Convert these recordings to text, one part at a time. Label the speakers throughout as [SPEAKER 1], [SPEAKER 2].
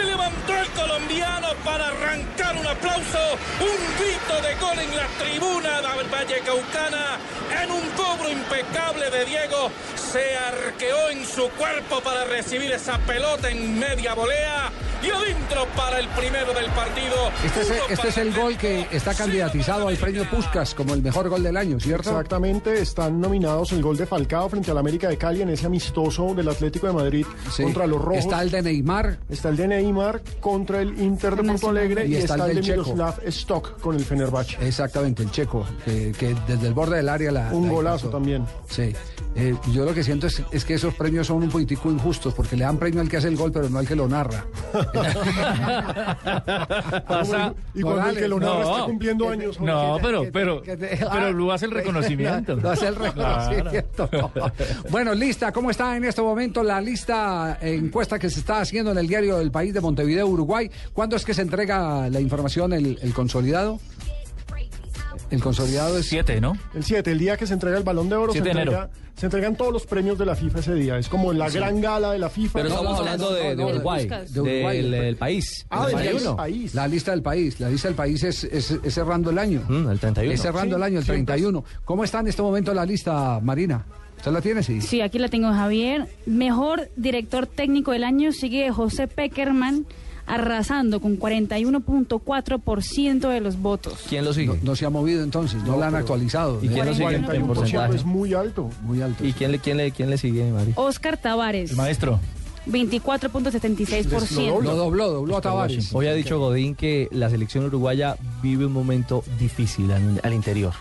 [SPEAKER 1] el colombiano para arrancar un aplauso, un grito de gol en la tribuna de Vallecaucana, en un cobro impecable de Diego, se arqueó en su cuerpo para recibir esa pelota en media volea y adentro para el primero del partido.
[SPEAKER 2] Este es, este es el gol que está candidatizado al premio Puscas como el mejor gol del año, ¿cierto?
[SPEAKER 3] Exactamente, están nominados el gol de Falcao frente al América de Cali en ese amistoso del Atlético de Madrid sí. contra los Rojos.
[SPEAKER 2] Está el de Neymar.
[SPEAKER 3] Está el de Neymar contra el Inter de Porto Alegre y, y está, está, el, el de Miroslav Stock con el Fenerbahce.
[SPEAKER 2] Exactamente, el checo, que, que desde el borde del área la.
[SPEAKER 3] Un
[SPEAKER 2] la
[SPEAKER 3] golazo impactó. también.
[SPEAKER 2] Sí. Eh, yo lo que siento es, es, que esos premios son un poquitico injustos, porque le dan premio al que hace el gol, pero no al que lo narra.
[SPEAKER 3] Pasa, y cuando Morales, el que lo narra no, está cumpliendo años.
[SPEAKER 4] No, pero, pero, pero Blue hace el reconocimiento.
[SPEAKER 2] Ah. Lo hace el reconocimiento. Claro. bueno, lista, ¿cómo está en este momento la lista eh, encuesta que se está haciendo en el diario del país de Montevideo, Uruguay? ¿Cuándo es que se entrega la información, el, el consolidado? El consolidado es
[SPEAKER 4] 7, ¿no?
[SPEAKER 3] El 7, el día que se entrega el balón de oro.
[SPEAKER 4] Siete
[SPEAKER 3] se, entrega,
[SPEAKER 4] enero.
[SPEAKER 3] se entregan todos los premios de la FIFA ese día. Es como la sí. gran gala de la FIFA.
[SPEAKER 5] Pero no, estamos hablando de, de, Uruguay, de Uruguay, del, del país.
[SPEAKER 2] Ah,
[SPEAKER 5] del
[SPEAKER 2] país. país. La lista del país. La lista del país es, es, es cerrando el año.
[SPEAKER 5] Mm, el 31.
[SPEAKER 2] Es cerrando sí, el año, el
[SPEAKER 5] pues.
[SPEAKER 2] 31. Siempre. ¿Cómo está en este momento la lista, Marina? ¿Usted la tiene? Sí.
[SPEAKER 6] Sí, aquí la tengo, Javier. Mejor director técnico del año sigue José Peckerman arrasando con 41.4% de los votos.
[SPEAKER 5] ¿Quién lo sigue?
[SPEAKER 2] No, no se ha movido entonces, no, no la han actualizado.
[SPEAKER 5] ¿Y quién lo sigue en porcentaje?
[SPEAKER 3] Es muy alto,
[SPEAKER 2] muy alto.
[SPEAKER 5] ¿Y quién le, quién le, quién le sigue, Mari?
[SPEAKER 6] Oscar Tavares.
[SPEAKER 4] El maestro.
[SPEAKER 6] 24.76%.
[SPEAKER 2] Lo dobló,
[SPEAKER 5] Pues,
[SPEAKER 2] dobló a Tavares.
[SPEAKER 5] Hoy ha dicho Godín que la selección uruguaya vive un momento difícil al, al interior.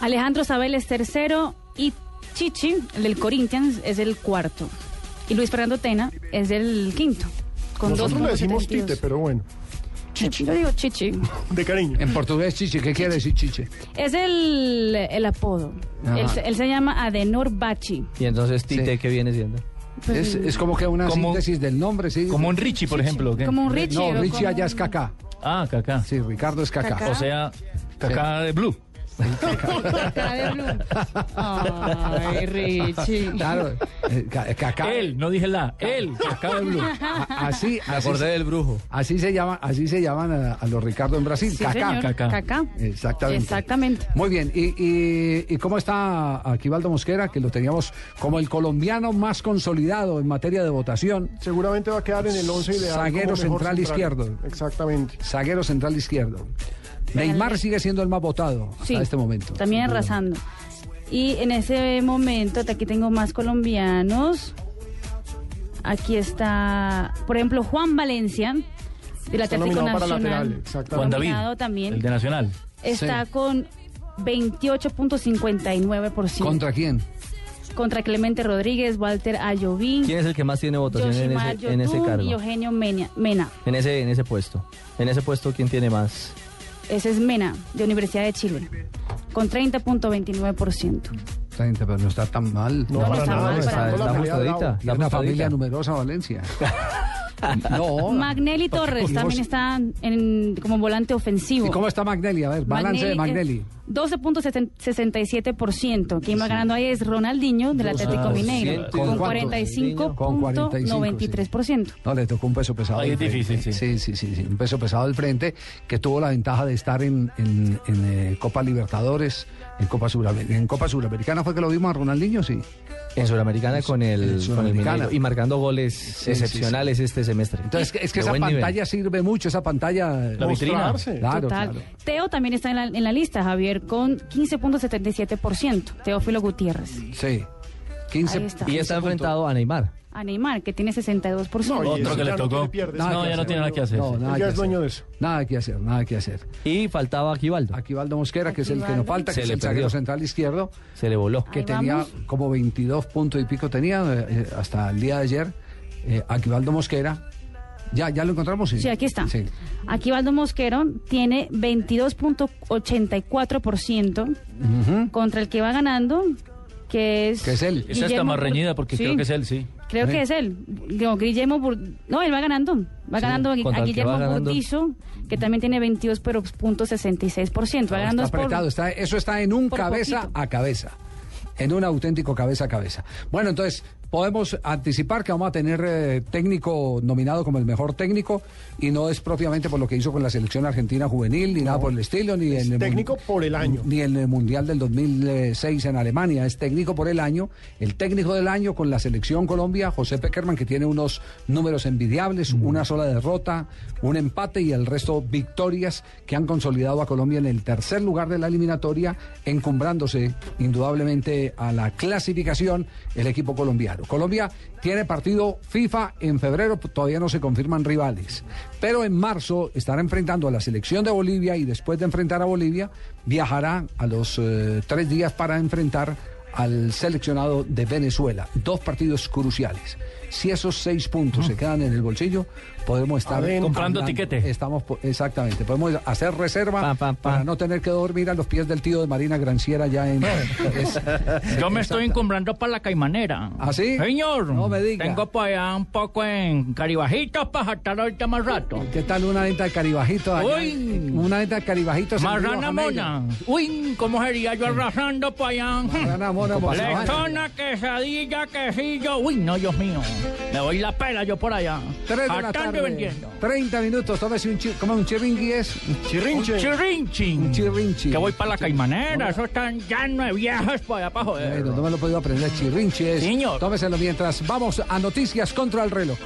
[SPEAKER 6] Alejandro Sabel es tercero y Chichi, el del Corinthians, es el cuarto. Y Luis Fernando Tena es el quinto. Con
[SPEAKER 3] Nosotros le decimos tite, pero bueno.
[SPEAKER 6] Chichi. Yo digo chichi.
[SPEAKER 3] De cariño.
[SPEAKER 2] En portugués chichi, ¿qué quiere decir chichi?
[SPEAKER 6] Es el, el apodo. Él, él, se llama Adenor Bachi.
[SPEAKER 5] Y entonces tite, sí. ¿qué viene siendo?
[SPEAKER 2] Pues es, es, como que una como, síntesis del nombre, sí.
[SPEAKER 4] Como un Richie, por chichi. ejemplo. ¿qué?
[SPEAKER 6] Como un Richie.
[SPEAKER 2] No, Richie como... allá es Cacá.
[SPEAKER 4] Ah, Cacá.
[SPEAKER 2] Sí, Ricardo es Cacá.
[SPEAKER 4] O sea, Cacá sí. de Blue.
[SPEAKER 6] Cacá de Blue. Ay, Richie.
[SPEAKER 2] Claro. eh,
[SPEAKER 4] Cacá. Él, no dije la. Él, Cacá de Blue.
[SPEAKER 2] Así,
[SPEAKER 5] Me acordé
[SPEAKER 2] así,
[SPEAKER 5] del brujo.
[SPEAKER 2] Así se llama, así se llaman a, a los Ricardo en Brasil.
[SPEAKER 6] Sí,
[SPEAKER 2] Cacá.
[SPEAKER 6] Cacá. Cacá.
[SPEAKER 2] Exactamente.
[SPEAKER 6] Exactamente.
[SPEAKER 2] Muy bien. ¿Y, y, y cómo está Aquivaldo Mosquera? Que lo teníamos como el colombiano más consolidado en materia de votación.
[SPEAKER 3] Seguramente va a quedar en el 11 ideal.
[SPEAKER 2] Zaguero central, central izquierdo.
[SPEAKER 3] Exactamente.
[SPEAKER 2] Zaguero central izquierdo. Neymar sigue siendo el más votado sí, a este momento.
[SPEAKER 6] También arrasando. Y en ese momento, aquí tengo más colombianos. Aquí está, por ejemplo, Juan Valencia, del Atlético Nacional.
[SPEAKER 4] Juan David,
[SPEAKER 6] también.
[SPEAKER 4] el de Nacional.
[SPEAKER 6] Está sí. con 28.59%.
[SPEAKER 2] ¿Contra quién?
[SPEAKER 6] Contra Clemente Rodríguez, Walter Ayoví.
[SPEAKER 5] ¿Quién es el que más tiene votación Yoshima en ese, en ese cargo?
[SPEAKER 6] Y Eugenio Mena. Mena.
[SPEAKER 5] En, ese, en ese puesto. En ese puesto, ¿quién tiene más?
[SPEAKER 6] Ese es MENA, de Universidad de Chile, con 30.29%.
[SPEAKER 2] 30, pero no está tan mal.
[SPEAKER 6] No, no, no está mal. Está,
[SPEAKER 5] está ajustadita.
[SPEAKER 2] Tiene una familia numerosa Valencia.
[SPEAKER 6] no. Magnelli Torres también está en, como volante ofensivo.
[SPEAKER 2] ¿Y cómo está Magnelli? A ver, balance
[SPEAKER 6] eh,
[SPEAKER 2] Magnelli,
[SPEAKER 6] de Magnelli. 12.67%. Quien va sí. ganando ahí es Ronaldinho del Atlético ah, Mineiro, sí. con, 45.93%. Sí.
[SPEAKER 2] No, le tocó un peso pesado.
[SPEAKER 4] Ahí es difícil, sí.
[SPEAKER 2] Sí, sí, sí, Un peso pesado del frente que tuvo la ventaja de estar en, en, en eh, Copa Libertadores, en Copa, Suramericana, en Copa Suramericana. ¿Fue que lo vimos a Ronaldinho? Sí.
[SPEAKER 5] En Suramericana con el, Suramericana. Con el y marcando goles excepcionales este semestre.
[SPEAKER 2] Entonces, es que de esa pantalla nivel. sirve mucho, esa pantalla.
[SPEAKER 4] La vitrina.
[SPEAKER 2] Claro, claro,
[SPEAKER 6] Teo también está en la, en la lista, Javier, con 15.77%. Teófilo Gutiérrez.
[SPEAKER 2] Sí.
[SPEAKER 6] 15, está.
[SPEAKER 5] Y está 15 enfrentado punto. a Neymar.
[SPEAKER 6] A Neymar, que tiene 62%.
[SPEAKER 4] No, Otro que le tocó. No,
[SPEAKER 5] pierdes, no ya hacer. no tiene nada que hacer. No,
[SPEAKER 3] nada
[SPEAKER 5] ya
[SPEAKER 3] que es dueño hacer. de eso.
[SPEAKER 2] Nada que hacer, nada que hacer.
[SPEAKER 5] Y faltaba Aquivaldo.
[SPEAKER 2] Aquivaldo Mosquera, Aquivaldo. que es el que nos falta, Se que es el zaguero central izquierdo.
[SPEAKER 5] Se le voló.
[SPEAKER 2] Que Ahí tenía vamos. como 22 puntos y pico, tenía eh, hasta el día de ayer. Eh, Aquivaldo Mosquera. ¿Ya, ¿Ya lo encontramos?
[SPEAKER 6] Sí, sí aquí está. Sí. Aquivaldo Mosquero tiene 22.84% uh -huh. contra el que va ganando, que es...
[SPEAKER 2] Que es él.
[SPEAKER 4] Esa está más reñida porque sí. creo que es él, sí.
[SPEAKER 6] Creo que es él. No, Guillermo Bur... no, él va ganando. Va ganando a Guillermo Burdizo, que también tiene 22.66%. Va ganando
[SPEAKER 2] está apretado,
[SPEAKER 6] por,
[SPEAKER 2] está, eso está en un cabeza poquito. a cabeza en un auténtico cabeza a cabeza. Bueno, entonces, podemos anticipar que vamos a tener eh, técnico nominado como el mejor técnico y no es propiamente por lo que hizo con la selección argentina juvenil ni nada por el estilo ni
[SPEAKER 3] Es
[SPEAKER 2] en el
[SPEAKER 3] técnico
[SPEAKER 2] mun-
[SPEAKER 3] por el año.
[SPEAKER 2] ni en el eh, mundial del 2006 en Alemania es técnico por el año el técnico del año con la selección Colombia José Peckerman que tiene unos números envidiables una sola derrota un empate y el resto victorias que han consolidado a Colombia en el tercer lugar de la eliminatoria encumbrándose indudablemente a la clasificación el equipo colombiano Colombia tiene partido FIFA en febrero, todavía no se confirman rivales. Pero en marzo estará enfrentando a la selección de Bolivia y después de enfrentar a Bolivia, viajará a los eh, tres días para enfrentar al seleccionado de Venezuela. Dos partidos cruciales. Si esos seis puntos
[SPEAKER 5] Mm.
[SPEAKER 2] se quedan en el bolsillo, podemos estar
[SPEAKER 3] Adentro.
[SPEAKER 4] Comprando tiquete.
[SPEAKER 2] Estamos po- exactamente, podemos hacer reserva
[SPEAKER 5] Pa, pa, pa.
[SPEAKER 2] para no tener que dormir a los pies del tío de Marina Granciera ya en. es-
[SPEAKER 4] Yo me estoy encumbrando para la caimanera.
[SPEAKER 2] ¿Ah, sí?
[SPEAKER 4] Señor.
[SPEAKER 2] No me diga.
[SPEAKER 4] Tengo por allá un poco en caribajitos para saltar ahorita más rato.
[SPEAKER 2] ¿Qué tal una venta de caribajito? allá
[SPEAKER 4] Uy.
[SPEAKER 2] en- Una venta de caribajitos. en
[SPEAKER 4] Marrana
[SPEAKER 2] Río Jamello?
[SPEAKER 4] mona. Uy, ¿cómo sería yo arrasando para allá?
[SPEAKER 2] Marrana mona, mona.
[SPEAKER 4] Lechona, quesadilla, quesillo. Uy, no, Dios mío. Me doy la pela yo por allá.
[SPEAKER 2] 3 de la
[SPEAKER 4] Hartando y
[SPEAKER 2] tarde.
[SPEAKER 4] vendiendo.
[SPEAKER 2] 30 minutos. Tómese un, chi- ¿cómo es un chirringui es.
[SPEAKER 3] Chirrinche.
[SPEAKER 4] Chirrinchin.
[SPEAKER 2] Un chirrinchi.
[SPEAKER 4] Que voy para la caimanera. Eso están llano de viejas para allá para joder.
[SPEAKER 2] Bueno, no me lo he podido aprender. Chirrinches.
[SPEAKER 4] Señor.
[SPEAKER 2] Tómeselo mientras vamos a noticias contra el reloj.